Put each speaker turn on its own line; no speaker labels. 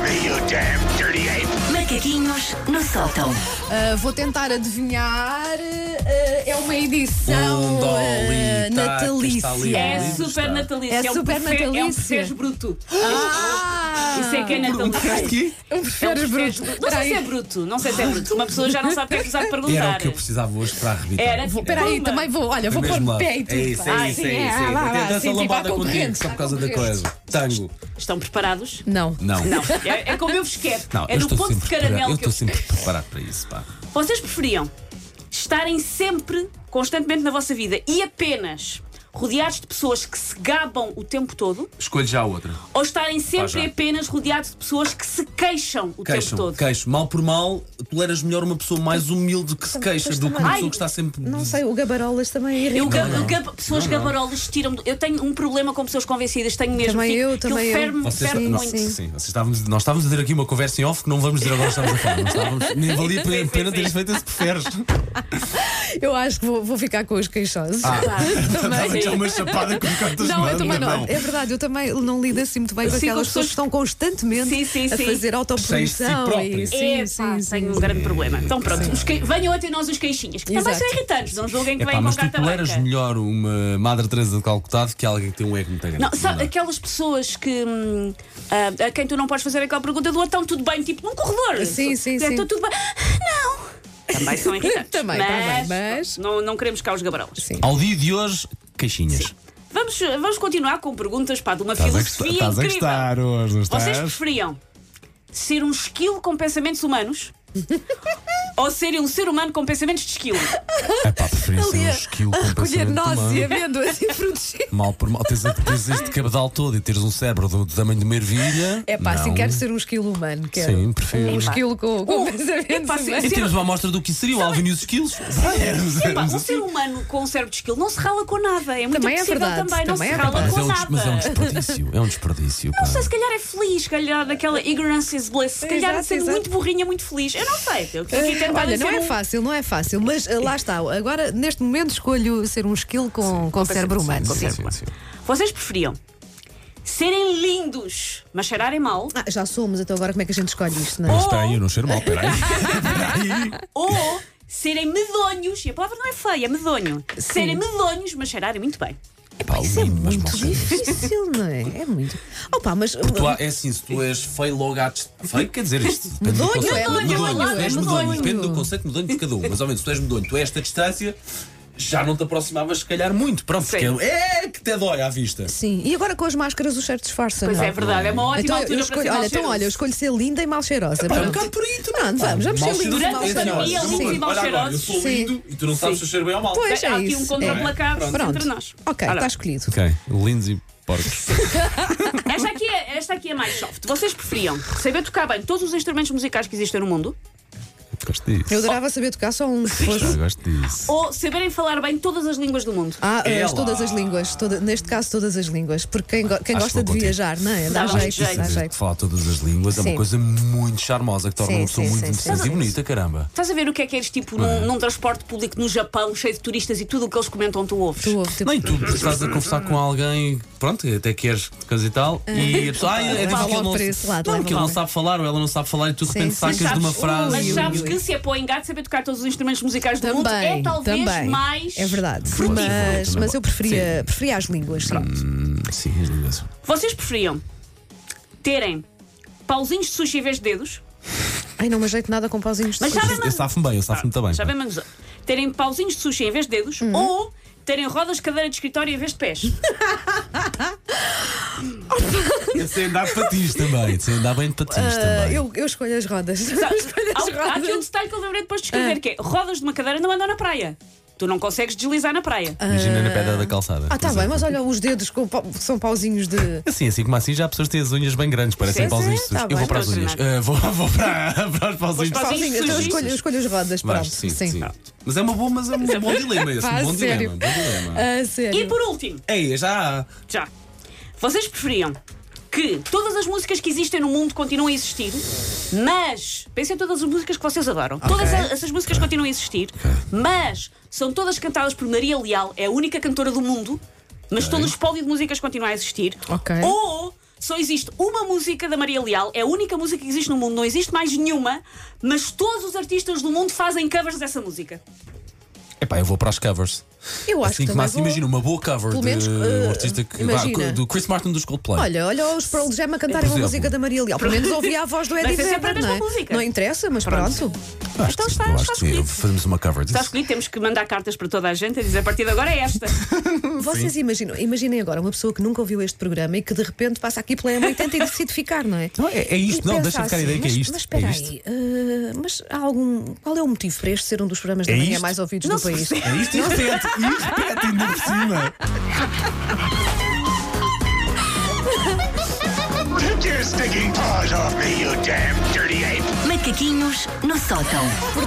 Damn dirty ape!
Macaquinhos no sótão.
Ah, vou tentar adivinhar. ah, é uma edição
Um Dolly,
ah,
tá, que está ali.
natalícia.
É
Lindo
super
está.
natalícia.
É
um
super
buffet- É um
natalícia.
fez bruto.
Ah,
Isso é que é natalícia.
um
É um
prefere
buffet
bruto.
bruto. Não
Espera
sei se é
aí,
bruto, não sei se é bruto. Uma pessoa já não sabe o que é que precisar de perguntar.
Era o que eu precisava hoje para arrebitar.
Era. tipo
Foi
espera aí,
Pumba.
também vou. Olha,
do
vou pôr
mesmo lado.
pé e tudo.
É isso,
Ah,
é isso, é
sim,
isso.
ah, lá, lá,
Vou tentar
sim,
essa
tipo,
lambada
à
contigo,
concorrente,
só por
à
causa da
concorrente.
coisa. Tango.
Estão preparados?
Não.
Não.
Não. É, é como eu vos quero.
Não,
é
eu
do
estou
ponto
sempre
de
preparado. Eu
caramelo que
estou
eu
sempre preparado para isso, pá.
Vocês preferiam estarem sempre, constantemente na vossa vida e apenas rodeados de pessoas que se gabam o tempo todo
Escolho já outra.
ou estarem sempre
já.
e apenas rodeados de pessoas que se queixam o tempo
Queixam,
todo?
queixo. Mal por mal, toleras melhor uma pessoa mais humilde que se queixa do que uma
Ai,
pessoa que está sempre.
Não sei, o Gabarolas também é
Eu,
irritante.
ga- ga- pessoas gabarolas tiram Eu tenho um problema com pessoas convencidas, tenho mesmo.
Também
Fico-
eu,
aquilo
também eu.
ferve-me-
Vocês,
ferve-me
não,
muito.
sim, vocês estávamos, nós estávamos a ter aqui uma conversa em off que não vamos dizer agora estamos a falar. Não estávamos, nem valia a
Sim, sim,
pena
sim.
teres feito esse preferes.
Eu acho que vou, vou ficar com os queixosos.
Ah, Estava aqui uma chapada com quantas
Não, eu
mãos,
também não.
não.
É verdade, eu também não lido assim muito bem com
Sim, com
aquelas pessoas
as pessoas
que estão constantemente
Sim, sim,
a
sim.
fazer autopromoção.
próprias.
e-
É,
Sim,
pá,
sim, sim.
tenho um grande problema. Então pronto, os que- venham até nós os queixinhas, que também
Exato.
são irritantes. Não julguem que
É
vêm
pá,
com
mas tu
carta
toleras
branca.
melhor uma Madre Teresa de Calcutá do que alguém que tem um ego muito grande.
Não, sabe,
dá.
aquelas pessoas que hum, ah, a quem tu não podes fazer aquela pergunta do "Ah, então tudo bem, tipo num corredor.
Sim, sim,
Então
sim.
tudo bem. Não! Também são irritantes.
Também,
mas,
também, mas-
Não, não queremos cá os gabarolas.
Sim.
Ao dia de hoje, queixinhas.
Vamos, vamos continuar com perguntas pá, de uma
Estás a gostar-
filosofia
estás a
incrível.
gostar hoje, não
Vocês
estás?
preferiam ser um esquilo com pensamentos humanos ou serem um ser humano com pensamentos de esquilo?
É pá, preferência
Ali
um
a-
esquilo
a
com
recolher
pensamento
nós e
humano.
amêndoas e frutos.
Mal por mal, tens, tens este cabedal todo e teres um cérebro do, do tamanho de uma ervilha.
É pá, assim
Não.
quero ser um esquilo humano. Quero.
Sim, prefiro.
Um esquilo com, com
Um-
pensamentos
Epá, sim,
humanos.
E temos uma amostra do que seria o Alvin e os esquilos. assim,
Pá, um ser humano com um cérebro de esquilo não se rala com nada. É muito
Também é
possível
verdade,
também, não
também
se
é
rala
Mas
com
é, um, des-
nada.
mas é um desperdício. É um desperdício. pá.
Não sei, se calhar é feliz, se calhar daquela ignorance is bliss, se calhar
Exato,
sendo
exato.
muito burrinha, é muito feliz. Eu não sei, eu estou aqui tentando
Olha, não
ser
é
um-
fácil, não é fácil, mas eh, lá está. Agora, neste momento, escolho ser um esquilo com, com cérebro
sim,
humano.
sim,
Sim,
Cérebro
sim,
humano.
sim.
Vocês preferiam serem lindos, mas cheirarem mal,
Ah, já somos, então agora como é que a gente escolhe isto, não é?
Mas tem, eu não cheiro mal, peraí. Peraí.
ou serem medonhos, e a palavra não é feia, é medonho, serem medonhos, mas cheirarem muito bem.
Pá, lindo, mas mal
é Muito
cheiro.
difícil, não é? É muito. Opa, mas.
Tu há- é assim, se tu és feio logo há de- Feio quer dizer isto. depende do
Medonho,
conceito.
é medonho,
medonho, tu és
é
medonho.
medonho.
Depende do conceito medonho de cada um. Mas ao menos, se tu és medonho, tu és esta distância, já não te aproximavas, se calhar, muito. Pronto, porque
Sim.
é que te dói à vista.
uh, Sim, e agora com as máscaras o cheiro disfarça,
Pois
não
é, verdade, é uma ótima
Então, eu
altura
escolho,
para
olha,
ser
então
mal
olha, eu
cheiroso.
escolho ser linda e mal cheirosa.
Pá, é um
pronto.
bocado por aí, tu
Pronto, vamos, vamos ser lindos e
cheiroso, é
mal
Durante a pandemia,
cheirosos.
lindos e
Sim.
mal
Olha agora, eu
cheirosos.
sou
Sim.
lindo e tu não sabes se eu cheiro bem ou mal.
Pois
Há
é
aqui
isso.
um
é.
contraplacado entre
Pronto.
nós.
Ok,
Ora
está
bem.
escolhido.
Ok, lindos e porcos.
Esta aqui, é, esta aqui é mais soft. Vocês preferiam saber tocar bem todos os instrumentos musicais que existem no mundo
Gosto disso.
Eu adorava saber tocar só um. se fosse.
Já gosto disso.
ou saberem falar bem todas as línguas do mundo?
Ah,
É
as-
lá.
todas as línguas, toda- neste caso todas as línguas, porque quem, go- quem
Acho
gosta
que
de
vou contigo.
viajar, não é? Dá,
Dá muito
jeito, dá
jeito.
jeito.
Falar todas as línguas é
Sim.
uma coisa muito charmosa que torna
Sim,
uma pessoa
sim,
muito
sim, sim.
interessante e bonita, caramba.
Estás a ver o que é que és tipo num, num transporte público no Japão, cheio de turistas e tudo o que eles comentam, tu ouves?
Tu ouve, tipo,
Nem tu estás a conversar com alguém, pronto, até queres coisa e tal, e a pessoa, ah,
Leva
é difícil
logo
ele não,
para esse lado,
não
leva
que ele não
logo.
sabe falar ou ela não sabe falar e tu de
Sim,
repente
sim.
sacas de uma
Sabes-
frase. um
Mas
Ui,
sabes
ui,
que se é para o engate saber tocar todos os instrumentos musicais do mundo é
Também,
talvez
também.
mais.
É verdade.
Frutífero.
Mas, mas eu preferia,
Sim.
preferia as línguas, sim.
Hum, sim, as línguas.
Vocês preferiam terem pauzinhos de sushi em vez de dedos?
Ai, não me ajeito nada com pauzinhos de
Mas
sushi.
sabem
Eu safo-me bem, eu safo-me também.
Já bem menos. Terem pauzinhos de sushi em vez de dedos
Uhum.
ou terem rodas de cadeira de escritório em vez de pés?
Eu sei andar de patins também, eu sei andar bem de patins
Ah,
também.
eu, eu escolho as rodas. Eu escolho as
Há, há aqui um
rodas. Ah.
detalhe que eu lembrei depois de escrever: que é rodas de uma cadeira não andam na praia. Tu não consegues deslizar na praia.
Imagina na pedra da calçada.
Ah, tá
por
bem,
exemplo.
mas olha, os dedos com pau- são pauzinhos de.
Assim, assim como assim, já há pessoas que têm as unhas bem grandes,
Sim,
parecem pauzinhos.
sim,
de
tá
sushi.
bem.
eu vou para as
Estou a
unhas. Ah, vou, vou para, para os pauzinhos.
Pauzinhos
Pauzinhos,
de
então eu
sushi.
escolho, eu escolho as rodas,
Vais,
pronto. Sim,
Mas é uma boa, mas é um bom dilema esse,
Pá,
um bom
sério.
dilema, um bom dilema.
Ah,
E
sério.
por último,
Ei, já há.
já. Vocês preferiam que todas as músicas que existem no mundo continuem a existir, mas pensem em todas as músicas que vocês adoram. Todas a- essas músicas continuam a existir, mas são todas cantadas por Maria Leal, é a única cantora do mundo, mas todo o espólio de músicas continua a existir.
Ok.
Ou Só existe uma música da Maria Leal, é a única música que existe no mundo, não existe mais nenhuma, mas todos os artistas do mundo fazem covers dessa música.
Epá, eu vou para as covers.
Eu acho
assim
que
que
também
mais
vou.
imagina uma boa cover
Pelo
de
menos,
um
eh,
artista que
imagina.
do Chris Martin dos Coldplay.
Olha, olha os Pearl Jam a
Por
cantarem uma
exemplo.
música da Maria Leal. Pelo menos ouvi a voz do Eddie
Vai ser sempre a
Vedder, não é?
mesma música.
Não interessa, mas
Pronto.
pronto.
Eu acho
então
que sim,
está-
eu acho
está
que sim.
escolhido.
Fazemos uma cover disso.
Está escolhido, temos que mandar cartas para toda a gente a dizer a partir de agora é esta.
Vocês imaginam, imaginem agora uma pessoa que nunca ouviu este programa e que de repente passa aqui pela M80 e decide ficar, não é?
Não, é- é isto,
E
não,
pensa assim,
deixa-me ficar a ideia que é
mas-
isto,
Mas
é
espera aí, eh, mas há algum. Qual é o motivo para este ser um dos programas da
É
manhã
isto?
mais ouvidos
Não
do
se
país?
percebe.
É isto e repete, e repete ainda por cima.
Take your stinking paws off me, you damn dirty ape!
Macaquinhos no sótão.